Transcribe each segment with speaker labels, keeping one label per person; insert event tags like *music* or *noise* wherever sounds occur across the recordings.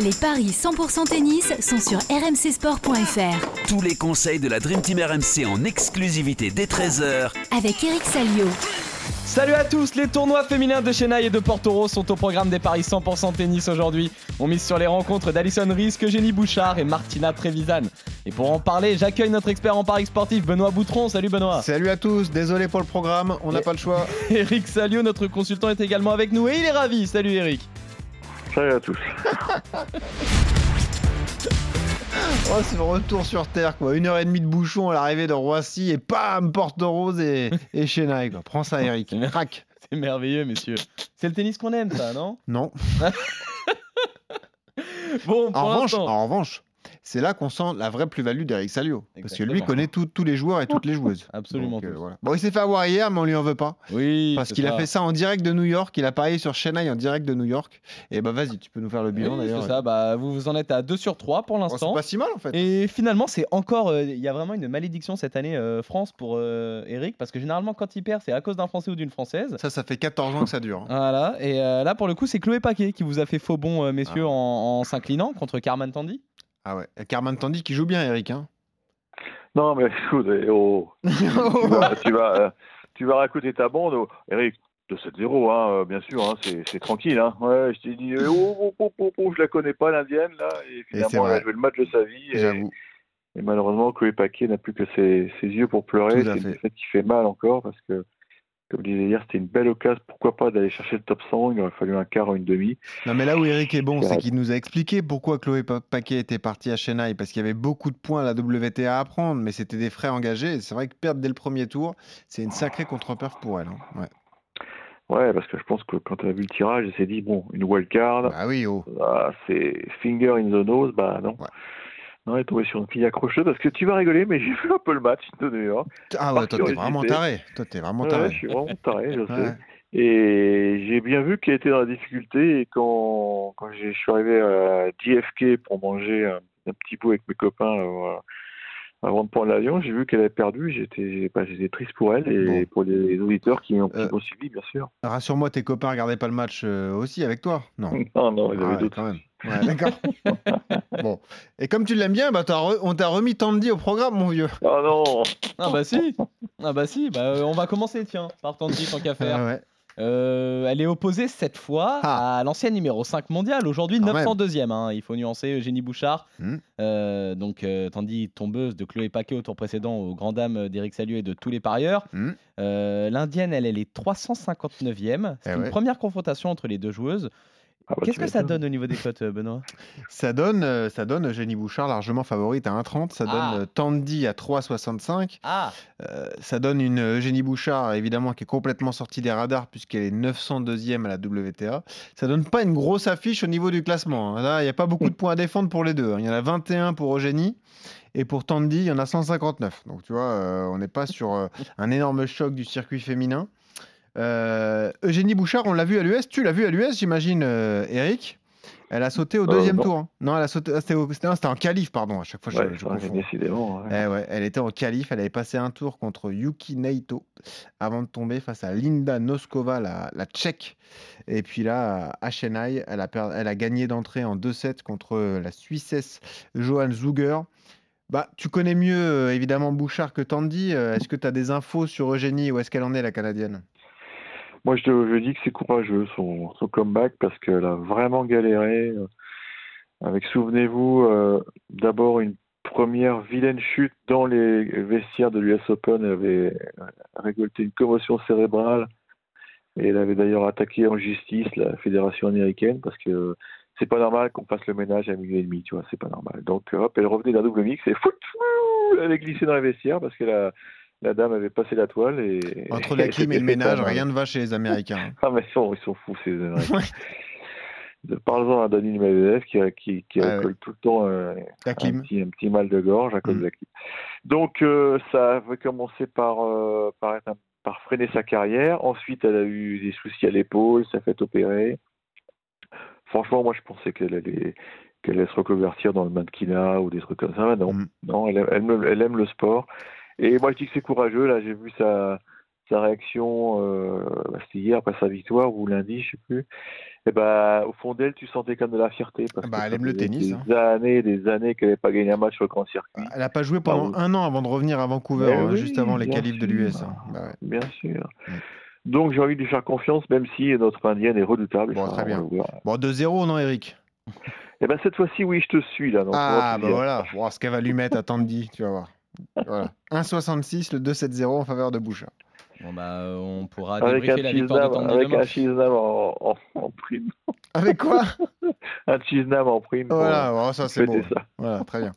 Speaker 1: Les paris 100% tennis sont sur rmcsport.fr
Speaker 2: Tous les conseils de la Dream Team RMC en exclusivité dès 13h
Speaker 1: avec Eric Salio.
Speaker 3: Salut à tous, les tournois féminins de Chennai et de Portoro sont au programme des paris 100% tennis aujourd'hui. On mise sur les rencontres d'Alison Risk, Eugénie Bouchard et Martina Trevisan. Et pour en parler, j'accueille notre expert en paris sportif Benoît Boutron. Salut *laughs* Benoît.
Speaker 4: Salut à tous, désolé pour le programme, on n'a
Speaker 3: Ah. Et-
Speaker 4: pas le choix.
Speaker 3: *laughs* Eric Salio, notre consultant, est également avec nous et il est ravi. Salut Eric.
Speaker 5: Salut à tous.
Speaker 4: Oh, c'est le retour sur Terre, quoi. Une heure et demie de bouchon à l'arrivée de Roissy et pam, Porte
Speaker 3: *laughs*
Speaker 4: Rose et, et Chennai, quoi. Prends ça, Eric. Crac.
Speaker 3: C'est merveilleux, messieurs. C'est le tennis qu'on aime, ça, non
Speaker 4: Non.
Speaker 3: *laughs* Bon,
Speaker 4: En
Speaker 3: pour
Speaker 4: revanche,
Speaker 3: l'instant.
Speaker 4: en revanche, c'est là qu'on sent la vraie plus-value d'Eric Salio. Parce que lui
Speaker 3: Exactement.
Speaker 4: connaît tout- tous les joueurs et toutes les joueuses.
Speaker 3: Absolument.
Speaker 4: Donc, euh,
Speaker 3: tous.
Speaker 4: voilà. Bon, il s'est fait avoir hier, mais on lui en veut pas.
Speaker 3: Oui.
Speaker 4: Parce
Speaker 3: c'est
Speaker 4: qu'il a
Speaker 3: ça.
Speaker 4: fait ça en direct de New York. Il a parié sur Chennai en direct de New York. Et bah, vas-y, tu peux nous faire le
Speaker 3: Oui,
Speaker 4: bilan d'ailleurs.
Speaker 3: c'est ça. Bah, vous, vous en êtes à 2 sur 3 pour
Speaker 4: Oh, c'est
Speaker 3: l'instant.
Speaker 4: pas si mal en fait.
Speaker 3: Et finalement, c'est encore. euh, Il y a vraiment une malédiction cette année euh, France pour euh, Eric, parce que généralement, quand il perd, c'est à cause d'un Français ou d'une Française.
Speaker 4: Ça, ça fait 14 ans que ça dure. hein.
Speaker 3: Voilà, et euh, là pour le coup, c'est Chloé Paquet qui vous a fait faux bon, euh, messieurs,
Speaker 4: Ah.
Speaker 3: en, en s'inclinant contre Carmen Tandy.
Speaker 4: Ah ouais. Carmen Tandy qui joue bien, Eric.
Speaker 3: *laughs*
Speaker 4: Hein. *laughs*
Speaker 5: Non, mais *laughs* écoute, eh, oh,
Speaker 4: *laughs*
Speaker 5: tu vas, tu vas, euh, tu vas raconter ta bande, oh. Eric. 2-7-0, hein, euh, bien sûr, hein, c'est c'est tranquille. Hein. Ouais, je t'ai dit, eh, oh, oh, oh, oh, oh, je la connais pas, l'indienne, là. Et
Speaker 4: c'est
Speaker 5: finalement, elle
Speaker 4: vrai.
Speaker 5: a joué le match de sa vie. Et,
Speaker 4: J'avoue.
Speaker 5: et malheureusement, Chloé Paquet n'a plus que ses, ses yeux pour pleurer.
Speaker 4: Tout à
Speaker 5: C'est une
Speaker 4: fait.
Speaker 5: défaite qui fait mal encore, parce que, comme je disais hier, c'était une belle occasion, pourquoi pas, d'aller chercher le top 100. Il aurait fallu un quart ou une demi.
Speaker 4: Non, mais là où Eric est bon, c'est
Speaker 5: Ouais.
Speaker 4: qu'il nous a expliqué pourquoi Chloé Pa- Paquet était partie à Chennai, parce qu'il y avait beaucoup de points à la WTA à prendre, mais c'était des frais engagés. Et C'est vrai que perdre dès le premier tour, c'est une sacrée contre-perf pour elle. hein. Ouais.
Speaker 5: Ouais, parce que je pense que quand elle a vu le tirage, elle s'est dit, bon, une wildcard,
Speaker 4: Bah oui, oh.
Speaker 5: Ah, c'est finger in the nose, bah non.
Speaker 4: Ouais.
Speaker 5: Non, elle est tombée sur une fille accrocheuse parce que tu vas rigoler, mais *laughs* j'ai vu un peu le match de New York.
Speaker 4: Ah ouais,
Speaker 5: Par
Speaker 4: toi t'es vraiment
Speaker 5: curiosité.
Speaker 4: taré. Toi t'es vraiment
Speaker 5: Ouais, je
Speaker 4: taré.
Speaker 5: suis vraiment taré, je
Speaker 4: Ouais.
Speaker 5: sais. Et j'ai bien vu qu'elle était dans la difficulté. Et quand, quand j'ai- je suis arrivé à JFK pour manger un, un petit bout avec mes copains là, voilà, avant de prendre l'avion, j'ai vu qu'elle avait perdu. J'étais bah, j'étais triste pour elle et pour les auditeurs qui ont, qui
Speaker 4: Euh.
Speaker 5: ont suivi, bien sûr.
Speaker 4: Rassure-moi, tes copains regardaient pas le match euh, aussi avec toi Non.
Speaker 5: Non, non, ils
Speaker 4: Ah
Speaker 5: avaient
Speaker 4: ouais,
Speaker 5: d'autres
Speaker 4: quand même. Ouais, d'accord. *laughs* bon. Et comme tu l'aimes bien, bah, t'as re- on t'a remis Tandy au programme, mon vieux.
Speaker 5: Ah non
Speaker 3: Ah bah si Ah bah si bah, euh, On va commencer, tiens, par Tandy, tant qu'à faire.
Speaker 4: Ah ouais.
Speaker 3: Euh, elle est opposée cette fois
Speaker 4: Ah.
Speaker 3: à l'ancienne numéro 5 mondiale, aujourd'hui
Speaker 4: Quand même.
Speaker 3: 902e. hein. Il faut nuancer Eugénie Bouchard.
Speaker 4: Hmm.
Speaker 3: Euh, donc, euh, Tandy, tombeuse de Chloé Paquet au tour précédent, aux grand dames d'Éric Salieu et de tous les parieurs.
Speaker 4: Hmm.
Speaker 3: Euh, L'Indienne, elle, elle est 359e. C'est
Speaker 4: Eh
Speaker 3: une
Speaker 4: ouais.
Speaker 3: première confrontation entre les deux joueuses.
Speaker 5: Ah bah,
Speaker 3: Qu'est-ce
Speaker 5: tu
Speaker 3: que ça
Speaker 5: m'étonnes.
Speaker 3: donne au niveau des cotes, euh, Benoît
Speaker 4: Ça donne, euh, ça donne Eugénie Bouchard largement favorite à 1,30. Ça
Speaker 3: Ah.
Speaker 4: donne euh, Tandy à 3,65.
Speaker 3: Ah
Speaker 4: Euh, ça donne une Eugénie Bouchard, évidemment, qui est complètement sortie des radars puisqu'elle est 902e à la WTA. Ça donne pas une grosse affiche au niveau du classement. hein. Là, il n'y a pas beaucoup de points à défendre pour les deux. hein. Il y en a 21 pour Eugénie et pour Tandy, il y en a 159. Donc, tu vois, euh, on n'est pas sur euh, un énorme choc du circuit féminin. Euh, Eugénie Bouchard, on l'a vu à l'US. Tu l'as vu à l'US, j'imagine, euh, Eric elle a sauté au deuxième
Speaker 5: Euh, non.
Speaker 4: tour. hein. Non, elle a sauté. ah, C'était au- c'était- non, c'était en qualif, pardon. À chaque fois, je-
Speaker 5: Ouais,
Speaker 4: je
Speaker 5: ça,
Speaker 4: confonds.
Speaker 5: décidément. ouais.
Speaker 4: Eh ouais, elle était en qualif, elle avait passé un tour contre Yuki Naito avant de tomber face à Linda Noskova, la, la tchèque. Et puis là, à Chennai, elle a, per- elle a gagné d'entrée en 2-7 contre la Suissesse Johan Zuger. Bah, tu connais mieux euh, évidemment Bouchard que Tandy. Euh, Est-ce que tu as des infos sur Eugénie Où est-ce qu'elle en est, la Canadienne
Speaker 5: Moi, je, te- je dis que c'est courageux son, son comeback parce qu'elle a vraiment galéré. euh, Avec, souvenez-vous, euh, d'abord une première vilaine chute dans les vestiaires de l'US Open. Elle avait euh, récolté une commotion cérébrale et elle avait d'ailleurs attaqué en justice la fédération américaine parce que euh, c'est pas normal qu'on fasse le ménage à minuit et demi, tu vois, c'est pas normal. Donc, euh, hop, elle revenait d'un double mix et fout, fou, elle est glissée dans les vestiaires parce que la, la dame avait passé la toile. Et,
Speaker 4: Entre
Speaker 5: *laughs*
Speaker 4: la clim et le
Speaker 5: c'était
Speaker 4: ménage,
Speaker 5: pas mal.
Speaker 4: rien ne va chez les Américains. hein.
Speaker 5: *laughs* Ah, mais ils sont, ils sont fous, ces Américains. De- Parlons à Daniel Medvedev qui, a- qui, qui
Speaker 4: Ah ouais.
Speaker 5: accole tout le temps euh,
Speaker 4: La
Speaker 5: un,
Speaker 4: clim.
Speaker 5: petit, un petit mal de gorge à cause
Speaker 4: Mm.
Speaker 5: de la clim. Donc, euh, ça avait commencé par, euh, par, être un- par freiner sa carrière. Ensuite, elle a eu des soucis à l'épaule, ça fait opérer. Franchement, moi, je pensais qu'elle allait, qu'elle allait se reconvertir dans le mannequinat ou des trucs comme ça. Mais non,
Speaker 4: Mm.
Speaker 5: non elle, aime, elle, aime- elle aime le sport. Et moi, je dis que c'est courageux. Là, j'ai vu sa, sa réaction, euh, bah, c'était hier après sa victoire ou lundi, je sais plus. Et ben, au fond d'elle, tu sentais comme de la fierté. Parce
Speaker 4: Ah bah,
Speaker 5: que
Speaker 4: elle
Speaker 5: ça
Speaker 4: aime le
Speaker 5: faisait
Speaker 4: tennis,
Speaker 5: Des
Speaker 4: hein.
Speaker 5: années, des années qu'elle n'avait pas gagné un match sur le grand circuit.
Speaker 4: Elle a pas joué pendant
Speaker 5: Ah
Speaker 4: un an avant de revenir à Vancouver,
Speaker 5: Eh
Speaker 4: hein,
Speaker 5: oui,
Speaker 4: juste avant les
Speaker 5: bien
Speaker 4: qualifs de
Speaker 5: sûr.
Speaker 4: l'US. hein. Bah ouais.
Speaker 5: Bien sûr.
Speaker 4: Ouais.
Speaker 5: Donc j'ai envie de lui faire confiance, même si notre indienne est redoutable.
Speaker 4: Bon,
Speaker 5: Ça,
Speaker 4: très
Speaker 5: on
Speaker 4: bien.
Speaker 5: va le voir.
Speaker 4: Bon, 2-0, non, Eric
Speaker 5: Et ben cette fois-ci, oui, je te suis là. donc,
Speaker 4: Ah,
Speaker 5: on va te
Speaker 4: bah
Speaker 5: dire.
Speaker 4: voilà. Bon, ce qu'elle va lui mettre à Tandy, tu vas voir.
Speaker 3: *laughs*
Speaker 4: Voilà. 1,66, le 2-7-0 en faveur de Bouchard.
Speaker 3: Bon, bah, euh, on pourra
Speaker 5: Avec un
Speaker 3: débriefer la victoire de
Speaker 5: chisnam,
Speaker 3: Tandy
Speaker 5: avec
Speaker 3: demain.
Speaker 5: un chisnam en, en- en prime.
Speaker 3: *laughs*
Speaker 4: Avec quoi
Speaker 5: Un chisnam en prime. pour
Speaker 4: Voilà, bon, ça c'est
Speaker 5: fêter
Speaker 4: bon.
Speaker 5: ça.
Speaker 4: Voilà, très bien.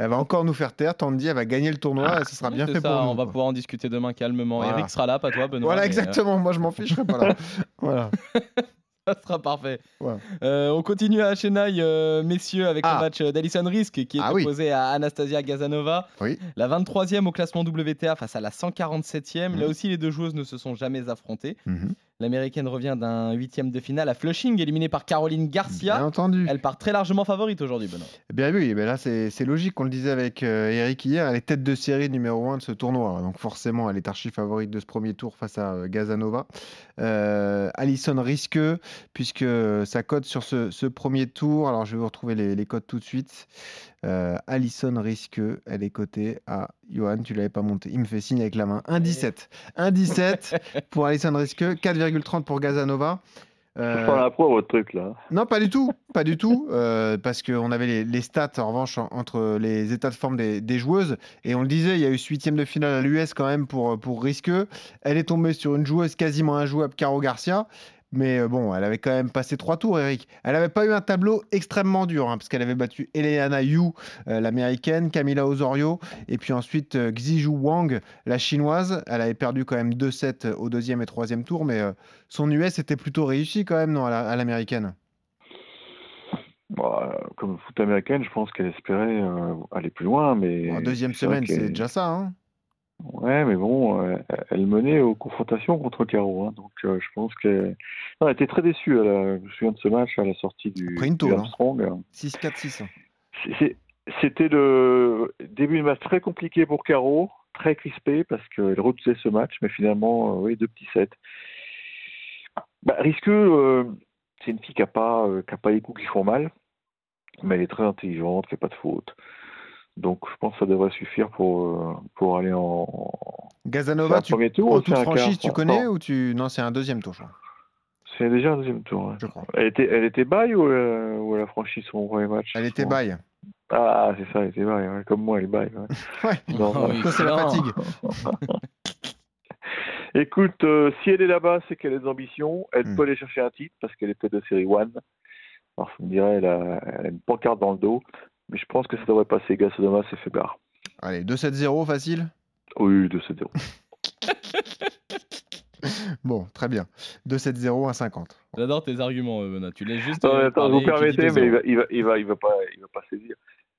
Speaker 4: Elle va encore nous faire taire. Tandy, elle va gagner le tournoi et ce sera bien
Speaker 3: Ah, C'est
Speaker 4: fait
Speaker 3: ça,
Speaker 4: pour nous.
Speaker 3: on va
Speaker 4: quoi.
Speaker 3: pouvoir en discuter demain calmement.
Speaker 4: Voilà.
Speaker 3: Eric sera là, pas toi, Benoît.
Speaker 4: Voilà,
Speaker 3: mais,
Speaker 4: exactement. Moi, je m'en fiche, je serai pas là.
Speaker 3: *laughs*
Speaker 4: voilà.
Speaker 3: euh, ça sera parfait.
Speaker 4: Voilà.
Speaker 3: Euh, on continue à Chennai, euh, messieurs, avec
Speaker 4: Ah.
Speaker 3: le match euh, d'Alison Risk qui est
Speaker 4: Ah oui.
Speaker 3: opposé à Anastasia Gazanova.
Speaker 4: Oui.
Speaker 3: La 23e au classement WTA face à la 147e. Là
Speaker 4: Mhm.
Speaker 3: aussi, les deux joueuses ne se sont jamais affrontées.
Speaker 4: Mhm.
Speaker 3: L'américaine revient d'un huitième de finale à Flushing, éliminée par Caroline Garcia.
Speaker 4: Bien entendu.
Speaker 3: Elle part très largement favorite aujourd'hui, Benoît.
Speaker 4: Bien vu, eh ben là c'est c'est logique, on le disait avec euh, Eric hier, elle est tête de série numéro 1 de ce tournoi, donc forcément elle est archi favorite de ce premier tour face à euh, Gazanova. Euh, Allison risqueux, puisque euh, sa cote sur ce, ce premier tour, alors je vais vous retrouver les, les cotes tout de suite, Euh, Allison risqueux, elle est cotée à Johan, tu l'avais pas monté, il me fait signe avec la main, 1,17. 1,17 pour Allison risqueux, 4,30 pour Gazanova.
Speaker 5: Ça
Speaker 4: Euh,
Speaker 5: sent la poire votre truc là.
Speaker 4: non, pas du tout, pas du tout, euh, parce qu'on avait les, les stats en revanche en- entre les états de forme des, des joueuses, et on le disait, il y a eu ce huitième de finale à l'US quand même pour, pour risqueux. Elle est tombée sur une joueuse quasiment injouable, Caro Garcia, mais euh, bon, elle avait quand même passé trois tours, Eric. Elle n'avait pas eu un tableau extrêmement dur, hein, parce qu'elle avait battu Eleana Yu, euh, l'américaine, Camila Osorio, et puis ensuite euh, Xizhu Wang, la chinoise. Elle avait perdu quand même 2-7 au deuxième et troisième tour, mais euh, son US était plutôt réussi quand même, non, à la- à l'américaine
Speaker 5: Bon, euh, comme foot américaine, je pense qu'elle espérait euh, aller plus loin, mais
Speaker 4: En deuxième
Speaker 5: c'est vrai
Speaker 4: semaine, c'est
Speaker 5: qu'elle-
Speaker 4: déjà ça. hein.
Speaker 5: Ouais, mais bon, euh, elle menait aux confrontations contre Caro, hein, donc euh, je pense qu'elle non, elle était très déçue. elle, euh, je me souviens de ce match à la sortie du,
Speaker 4: Après une
Speaker 5: du
Speaker 4: tôle, hein.
Speaker 5: Armstrong.
Speaker 4: 6-4-6. hein.
Speaker 5: C'est- c'est- C'était le début de match très compliqué pour Caro, très crispé parce qu'elle repoussait ce match, mais finalement, euh, oui, deux petits sets. Bah, risqueux, euh, c'est une fille qui n'a pas, euh, qui a pas les coups qui font mal, mais elle est très intelligente, fait pas de faute. Donc je pense que ça devrait suffire pour, euh, pour aller en, c'est
Speaker 4: Gazanova,
Speaker 5: un
Speaker 4: tu...
Speaker 5: premier tour
Speaker 4: en
Speaker 5: ou
Speaker 4: toute
Speaker 5: c'est un quart
Speaker 4: franchise, tu
Speaker 5: Non,
Speaker 4: connais ou tu... Non, c'est un deuxième tour, je crois.
Speaker 5: C'est déjà un deuxième tour. ouais.
Speaker 4: je crois.
Speaker 5: Elle était, elle était bail ou, euh, ou elle a franchi son premier match
Speaker 4: Elle
Speaker 5: son-
Speaker 4: était bail. *laughs*
Speaker 5: Ah, c'est ça, elle était bail. ouais. Comme moi, elle est bail. ouais.
Speaker 4: Ouais.
Speaker 5: Non,
Speaker 3: Ah
Speaker 5: voilà.
Speaker 3: oui.
Speaker 4: Ça, c'est la
Speaker 3: Excellent.
Speaker 4: fatigue.
Speaker 5: Écoute, euh, si elle est là-bas, c'est qu'elle a des ambitions. Elle
Speaker 4: Hmm.
Speaker 5: peut aller chercher un titre parce qu'elle est peut-être de série 1. Alors, vous me direz, elle a, elle a une pancarte dans le dos. Mais je pense que ça devrait passer. Gasodoma, c'est faiblard.
Speaker 4: Allez, 2-7-0, facile.
Speaker 5: Oui, de ce zéro.
Speaker 4: Bon, très bien. 2-7-0, 1,50.
Speaker 3: J'adore tes arguments, euh, Benoît. Tu laisses juste.
Speaker 5: Non,
Speaker 3: euh,
Speaker 5: mais attends,
Speaker 3: parler
Speaker 5: vous
Speaker 3: et tu dis
Speaker 5: permettez, mais il
Speaker 3: 2-0.
Speaker 5: va, il va, il va, il va pas, il va pas saisir.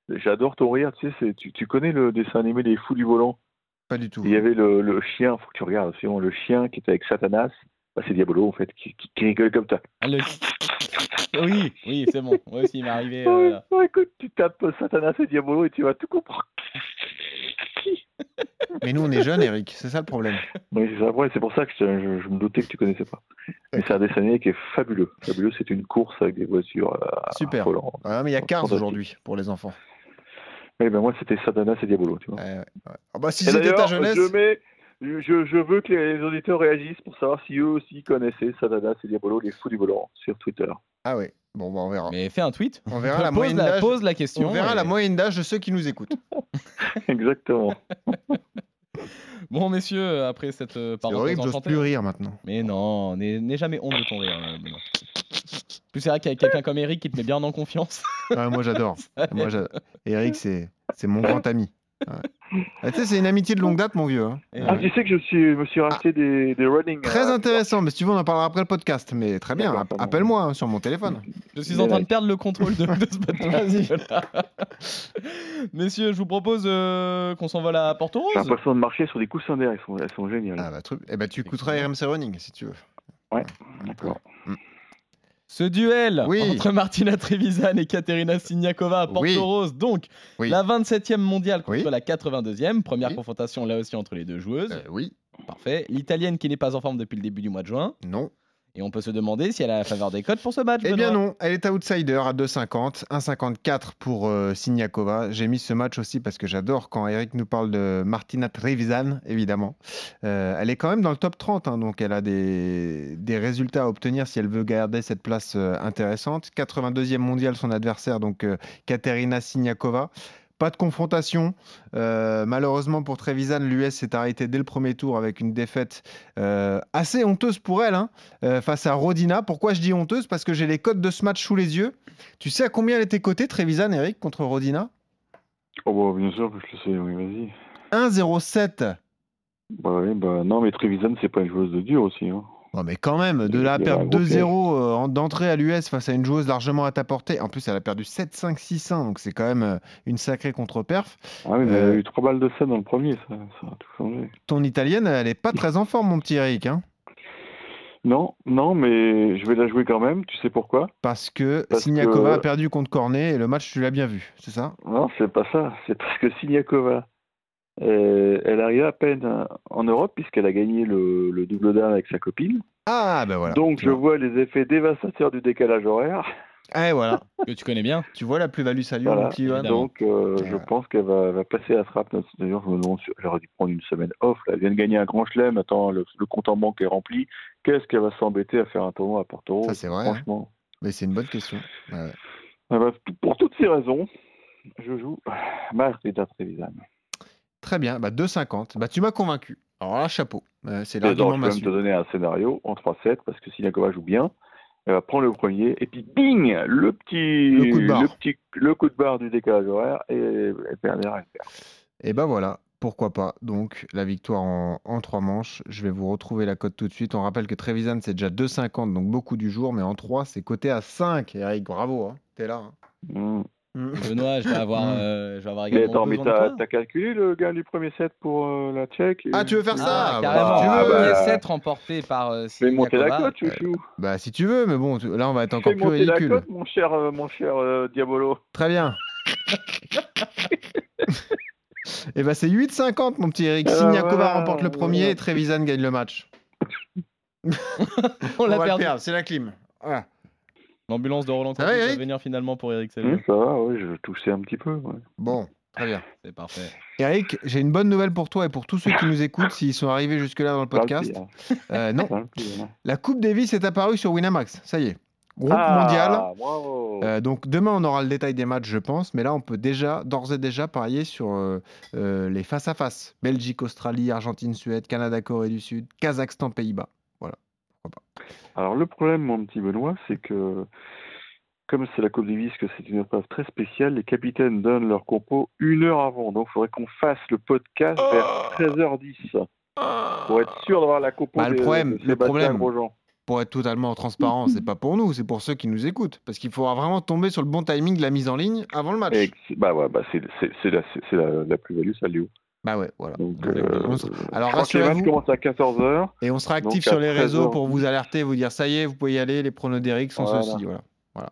Speaker 5: J'adore ton rire, tu sais, c'est- tu, tu connais le dessin animé des fous du volant
Speaker 4: Pas du tout.
Speaker 5: Il y avait le, le chien, faut que tu regardes, sinon le chien qui était avec Satanas, bah, c'est Diabolo en fait, qui, qui, qui rigole comme ça.
Speaker 3: Ah, le- Oui, oui, c'est bon. Moi aussi, il m'est arrivé.
Speaker 5: *laughs*
Speaker 3: euh,
Speaker 5: Ouais,
Speaker 3: là.
Speaker 5: ouais, écoute, tu tapes Satanas et Diabolo et tu vas tout comprendre.
Speaker 4: Mais nous, on est jeunes, Eric. C'est ça le problème.
Speaker 5: Oui, c'est ça, ouais, c'est pour ça que je, je- je me doutais que tu connaissais pas. Mais c'est un dessin animé qui est fabuleux. Fabuleux, c'est une course avec des voitures euh,
Speaker 4: Super.
Speaker 5: volantes.
Speaker 4: Ah, mais il y a 15
Speaker 5: Fantastique.
Speaker 4: aujourd'hui pour les enfants.
Speaker 5: Oui, ben moi c'était Satanas et Diabolo, tu vois.
Speaker 4: Ouais, ouais, ouais. Ah bah, si
Speaker 5: Et
Speaker 4: c'était ta
Speaker 5: d'ailleurs,
Speaker 4: jeunesse.
Speaker 5: je mets. Je, je veux que les auditeurs réagissent pour savoir si eux aussi connaissaient Satanas et Diabolo, les fous du volant, sur Twitter. *laughs*
Speaker 4: Ah ouais. Bon, bah, on verra.
Speaker 3: Mais fais un tweet.
Speaker 4: On
Speaker 3: *laughs*
Speaker 4: verra la
Speaker 3: pose,
Speaker 4: moyenne
Speaker 3: la,
Speaker 4: d'âge.
Speaker 3: pose la question.
Speaker 4: On verra
Speaker 3: et-
Speaker 4: la moyenne d'âge de ceux qui nous écoutent.
Speaker 5: Exactement.
Speaker 3: Bon, messieurs, après cette euh,
Speaker 4: C'est
Speaker 3: parenthèse
Speaker 4: horrible, j'ose
Speaker 3: enchantée.
Speaker 4: plus rire maintenant.
Speaker 3: Mais non, n'aie n'aie jamais honte de ton rire, euh, Benoît. En Plus c'est vrai qu'avec quelqu'un comme Eric qui te met bien en confiance. *laughs*
Speaker 4: Ah, moi, j'adore. Moi, j'adore. Eric, c'est c'est mon grand ami. Ouais. Ah, tu sais, c'est une amitié de longue date, mon vieux. hein.
Speaker 3: Et-
Speaker 5: Ah, tu sais que je, suis, je me suis racheté des, des running.
Speaker 4: Ah. Très
Speaker 5: euh,
Speaker 4: intéressant, mais si tu veux, on en parlera après le podcast. Mais très bien,
Speaker 5: D'accord,
Speaker 4: app-
Speaker 5: pardon.
Speaker 4: appelle-moi hein, sur mon téléphone.
Speaker 3: Je suis en train de perdre le contrôle de,
Speaker 4: *laughs*
Speaker 3: de ce podcast. Voilà. *laughs* Messieurs, je vous propose euh, qu'on s'envole à Porto
Speaker 5: J'ai
Speaker 3: Rose.
Speaker 5: l'impression de marcher sur des coussins d'air, elles sont, elles sont géniales.
Speaker 4: Ah, bah, truc. Eh bah, tu écouteras RMC Running si tu veux. Ah,
Speaker 5: D'accord.
Speaker 3: Ce duel
Speaker 4: Oui.
Speaker 3: entre Martina Trevisan et Katerina Siniakova à Porto
Speaker 4: Oui.
Speaker 3: Rose, donc
Speaker 4: Oui.
Speaker 3: la 27e mondiale contre
Speaker 4: Oui.
Speaker 3: la 82e, première
Speaker 4: Oui.
Speaker 3: confrontation là aussi entre les deux joueuses.
Speaker 4: Euh, oui.
Speaker 3: Parfait. L'italienne qui n'est pas en forme depuis le début du mois de juin.
Speaker 4: Non.
Speaker 3: Et on peut se demander si elle a la faveur des codes pour ce match.
Speaker 4: Eh bien
Speaker 3: Benoît.
Speaker 4: non, elle est outsider à 2,50, 1,54 pour euh, Siniakova. J'ai mis ce match aussi parce que j'adore quand Eric nous parle de Martina Trevisan, évidemment. Euh, elle est quand même dans le top 30, hein, donc elle a des, des résultats à obtenir si elle veut garder cette place euh, intéressante. 82e mondial son adversaire, donc euh, Katerina Siniakova. Pas de confrontation. Euh, malheureusement pour Trevisan, l'US s'est arrêtée dès le premier tour avec une défaite euh, assez honteuse pour elle. hein euh, face à Rodina. Pourquoi je dis honteuse Parce que j'ai les codes de ce match sous les yeux. Tu sais à combien elle était cotée, Trevisan, Eric, contre Rodina
Speaker 5: Oh, bah, bien sûr que je le sais, oui, vas-y.
Speaker 4: 1,07.
Speaker 5: Bah, oui, bah, non, mais Trevisan, c'est pas une joueuse de dur aussi. Hein.
Speaker 4: Non, mais quand même, de là à
Speaker 5: Il y a un
Speaker 4: perdre
Speaker 5: gros
Speaker 4: 2-0 euh, en- d'entrée à l'US face à une joueuse largement à ta portée. En plus, elle a perdu 7-5, 6-1, donc c'est quand même euh, une sacrée contre-perf.
Speaker 5: Ah oui, mais
Speaker 4: Euh.
Speaker 5: elle a eu trois balles de scène dans le premier, ça, ça a tout changé.
Speaker 4: Ton italienne, elle est pas très en forme, mon petit Eric. hein,
Speaker 5: Non, non, mais je vais la jouer quand même, tu sais pourquoi
Speaker 4: parce que
Speaker 5: Parce
Speaker 4: Siniakova
Speaker 5: que-
Speaker 4: a perdu contre Cornet et le match, tu l'as bien vu, c'est ça
Speaker 5: Non, c'est pas ça, c'est parce que Siniakova, euh, elle arrivait à peine hein, en Europe puisqu'elle a gagné le, le double dame avec sa copine.
Speaker 4: Ah, ben voilà.
Speaker 5: Donc
Speaker 4: Tu
Speaker 5: je
Speaker 4: vois.
Speaker 5: vois les effets dévastateurs du décalage horaire.
Speaker 4: Eh, voilà.
Speaker 3: Que tu connais bien.
Speaker 4: tu vois la plus-value, salut,
Speaker 5: Voilà.
Speaker 4: mon petit Johan.
Speaker 3: Évidemment.
Speaker 5: Donc euh, je
Speaker 4: Euh.
Speaker 5: pense qu'elle va, va passer à trappe. D'ailleurs, je me demande si elle aurait dû prendre une semaine off. là. Elle vient de gagner un grand chelem, attends, le, le compte en banque est rempli. Qu'est-ce qu'elle va s'embêter à faire un tournoi à Porto
Speaker 4: Ça, c'est vrai. hein.
Speaker 5: Franchement.
Speaker 4: Mais c'est une bonne question. Ouais.
Speaker 5: Ah bah, tout- pour toutes ces raisons, je joue Martina Trevisan.
Speaker 4: Très bien, bah 2,50. Bah, tu m'as convaincu. Alors là, chapeau. Euh, c'est
Speaker 5: Et donc,
Speaker 4: l'argument
Speaker 5: je vais même te
Speaker 4: massue.
Speaker 5: donner un scénario en 3-7 parce que si Nakova joue bien, elle va prendre le premier et puis bing Le petit,
Speaker 4: Le coup de barre.
Speaker 5: petit- le coup de barre du décalage horaire et elle perd, elle perd.
Speaker 4: Et bah voilà, pourquoi pas. Donc, la victoire en, en trois manches. Je vais vous retrouver la cote tout de suite. On rappelle que Trevisan, c'est déjà 2,50, donc beaucoup du jour, mais en 3, c'est coté à 5. Eric, bravo, hein. t'es là. hein.
Speaker 5: Hmm.
Speaker 3: Benoît, je vais avoir,
Speaker 4: Mm.
Speaker 3: euh, je vais avoir
Speaker 5: Mais
Speaker 3: également.
Speaker 5: attends,
Speaker 3: deux
Speaker 5: mais
Speaker 3: en
Speaker 5: t'as
Speaker 3: étoile.
Speaker 5: t'as calculé le gain du premier set pour euh, la Tchèque et-
Speaker 4: Ah, tu veux faire ça
Speaker 3: Ah,
Speaker 4: bah,
Speaker 3: carrément.
Speaker 4: tu
Speaker 5: Ah,
Speaker 4: veux.
Speaker 5: bah,
Speaker 3: Premier set remporté par. euh,
Speaker 5: Je vais monter la
Speaker 3: Siniakova.
Speaker 5: cote, chouchou.
Speaker 4: Bah, si tu veux, mais bon, tu- là, on va être
Speaker 5: Je
Speaker 4: encore
Speaker 5: vais
Speaker 4: plus
Speaker 5: monter la
Speaker 4: ridicule.
Speaker 5: cote, mon cher, euh, mon cher euh, Diabolo.
Speaker 4: Très *laughs* bien. Et bah, c'est 8,50, mon petit Eric.
Speaker 5: Ah,
Speaker 4: Signakova
Speaker 5: voilà,
Speaker 4: remporte le premier
Speaker 5: voilà.
Speaker 4: et Trevisan gagne le match.
Speaker 3: On
Speaker 4: On
Speaker 3: l'a
Speaker 4: va le
Speaker 3: perdu.
Speaker 4: perdre, c'est la clim. Voilà.
Speaker 3: L'ambulance de Roland
Speaker 4: Ça va,
Speaker 3: Courbis va
Speaker 4: Eric
Speaker 3: venir finalement pour Eric Salou.
Speaker 5: Hmm, ça va, oui, je touchais un petit peu. ouais.
Speaker 4: Bon, très bien.
Speaker 3: C'est parfait.
Speaker 4: Eric, j'ai une bonne nouvelle pour toi et pour tous ceux qui nous écoutent, s'ils sont arrivés jusque-là dans le
Speaker 5: Pas le
Speaker 4: podcast.
Speaker 5: pire,
Speaker 4: Euh, non,
Speaker 5: pas le pire.
Speaker 4: la Coupe Davis est apparue sur Winamax, ça y est. Groupe
Speaker 5: Ah,
Speaker 4: mondial.
Speaker 5: bravo.
Speaker 4: Euh, donc demain, on aura le détail des matchs, je pense, mais là, on peut déjà, d'ores et déjà, parier sur euh, euh, les face-à-face. Belgique, Australie, Argentine, Suède, Canada, Corée du Sud, Kazakhstan, Pays-Bas.
Speaker 5: Alors le problème, mon petit Benoît, c'est que comme c'est la Coupe Davis, que c'est une épreuve très spéciale, les capitaines donnent leur compo une heure avant. Donc il faudrait qu'on fasse le podcast vers 13h10 pour être sûr d'avoir la compo
Speaker 4: Bah, le
Speaker 5: de,
Speaker 4: problème-
Speaker 5: de
Speaker 4: le
Speaker 5: Sébastien
Speaker 4: problème.
Speaker 5: Grosjean.
Speaker 4: Pour être totalement transparent, c'est pas pour nous, c'est pour ceux qui nous écoutent, parce qu'il faudra vraiment tomber sur le bon timing de la mise en ligne avant le match.
Speaker 5: Et c'est- bah ouais, bah c'est c'est- c'est la, c'est- c'est la, la plus-value, ça, Léo.
Speaker 4: Bah ouais, voilà.
Speaker 5: Donc, euh,
Speaker 4: Donc, on se- Alors
Speaker 5: je crois que les matchs
Speaker 4: rassurez-vous,
Speaker 5: commencent à 14h.
Speaker 4: Et on sera actif
Speaker 5: Donc,
Speaker 4: sur
Speaker 5: à
Speaker 4: les
Speaker 5: 13
Speaker 4: réseaux
Speaker 5: heures.
Speaker 4: pour vous alerter, vous dire ça y est, vous pouvez y aller, les pronos d'Eric sont
Speaker 5: Voilà.
Speaker 4: ceux-ci. Voilà.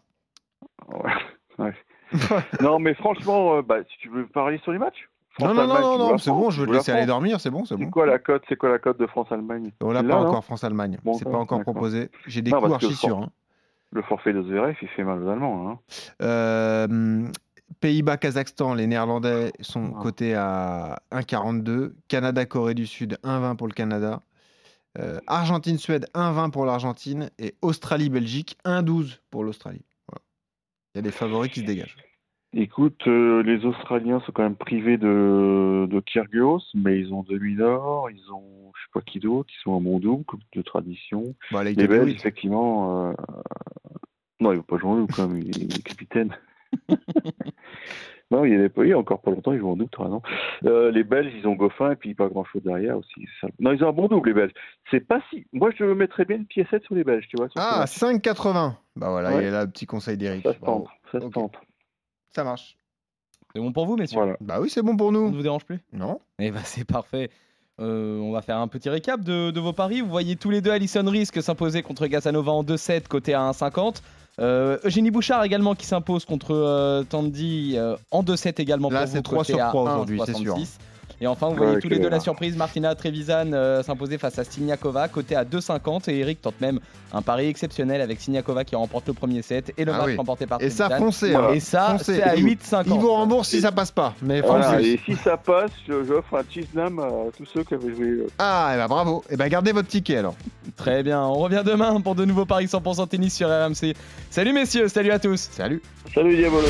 Speaker 5: non, mais franchement, euh, bah, si tu veux parier sur les matchs
Speaker 4: Non, non,
Speaker 5: France-Allemagne,
Speaker 4: non, non,
Speaker 5: tu joues
Speaker 4: non,
Speaker 5: la
Speaker 4: c'est
Speaker 5: France,
Speaker 4: bon,
Speaker 5: tu
Speaker 4: je veux
Speaker 5: joues
Speaker 4: te
Speaker 5: la
Speaker 4: laisser aller
Speaker 5: France.
Speaker 4: dormir, c'est bon, c'est
Speaker 5: C'est
Speaker 4: bon.
Speaker 5: quoi la cote C'est quoi la cote de France-Allemagne
Speaker 4: On l'a
Speaker 5: Tu
Speaker 4: pas
Speaker 5: l'as, non
Speaker 4: encore, France-Allemagne.
Speaker 5: Bon,
Speaker 4: c'est
Speaker 5: ça
Speaker 4: pas
Speaker 5: va,
Speaker 4: encore
Speaker 5: d'accord.
Speaker 4: proposé. J'ai des
Speaker 5: Non,
Speaker 4: coups
Speaker 5: parce que
Speaker 4: archi
Speaker 5: Fran-
Speaker 4: sûrs. hein.
Speaker 5: Le forfait de Zverev, il fait mal aux Allemands. Hein.
Speaker 4: Euh, hum, Pays-Bas, Kazakhstan, les Néerlandais sont
Speaker 5: Ah.
Speaker 4: cotés à 1,42. Canada, Corée du Sud, 1,20 pour le Canada. Euh, Argentine, Suède, 1,20 pour l'Argentine. Et Australie, Belgique, 1,12 pour l'Australie. Voilà. Il y a des favoris qui se dégagent.
Speaker 5: Écoute, euh, les Australiens sont quand même privés de, de Kyrgios, mais ils ont Demi-Nord, ils ont je sais pas qui d'autre, ils sont à Mondou, coupe de tradition.
Speaker 4: Bon, allez,
Speaker 5: Les
Speaker 4: Gabi,
Speaker 5: Belges,
Speaker 4: oui.
Speaker 5: effectivement. euh, Non, ils ne vont pas jouer en double, quand même, il il
Speaker 4: *laughs*
Speaker 5: est capitaine. non, il y avait pas eu encore pas longtemps, ils jouent en double, t'as raison. Euh, les Belges, ils ont Goffin et puis pas grand-chose derrière aussi. c'est ça. Non, ils ont un bon double, les Belges. C'est pas si. Moi, je mettrais bien une piécette sur les Belges, tu vois. sur ce
Speaker 4: Ah,
Speaker 5: match.
Speaker 4: 5,80. Bah voilà,
Speaker 5: Ouais.
Speaker 4: il est là, le petit conseil d'Eric.
Speaker 5: ça se
Speaker 4: Bravo.
Speaker 5: tente, ça se
Speaker 4: Ok.
Speaker 5: tente.
Speaker 4: Ça marche.
Speaker 3: C'est bon pour vous, messieurs
Speaker 5: Voilà.
Speaker 4: Bah oui, c'est bon pour
Speaker 3: On
Speaker 4: nous.
Speaker 3: ne vous dérange plus
Speaker 4: Non
Speaker 3: Eh ben c'est parfait. Euh, on va faire un petit récap de, de vos paris. Vous voyez tous les deux Alison Risk s'imposer contre Gasanova en 2-7, côté à 1,50. Euh, Eugénie Bouchard également qui s'impose contre euh, Tandy euh, en 2-7 également
Speaker 4: Là,
Speaker 3: pour
Speaker 4: c'est
Speaker 3: vous,
Speaker 4: trois
Speaker 3: côté
Speaker 4: sur
Speaker 3: à
Speaker 4: trois aujourd'hui, c'est
Speaker 3: 1,66. Et enfin, vous voyez
Speaker 5: Ouais,
Speaker 3: tous les deux
Speaker 5: Clara.
Speaker 3: la surprise. Martina Trevisan euh, s'imposer face à Siniakova, côté à 2,50. Et Eric tente même un pari exceptionnel avec Siniakova qui remporte le premier set et le
Speaker 4: Ah
Speaker 3: match
Speaker 4: oui.
Speaker 3: remporté par
Speaker 4: Et ça,
Speaker 3: Trevisan.
Speaker 4: foncez.
Speaker 5: Voilà.
Speaker 4: hein.
Speaker 3: Et ça,
Speaker 4: foncez.
Speaker 3: c'est à
Speaker 4: Il vous-
Speaker 3: 8,50.
Speaker 4: Il vous rembourse si ça passe pas. Mais
Speaker 5: Voilà,
Speaker 4: foncez.
Speaker 5: et si ça passe, je- j'offre un petit slam à tous ceux qui avaient joué. euh,
Speaker 4: Ah, et bah bravo. Et bah gardez votre ticket alors.
Speaker 3: Très bien. On revient demain pour de nouveaux paris 100% tennis sur RMC. Salut messieurs, salut à tous.
Speaker 4: Salut.
Speaker 5: Salut Diabolo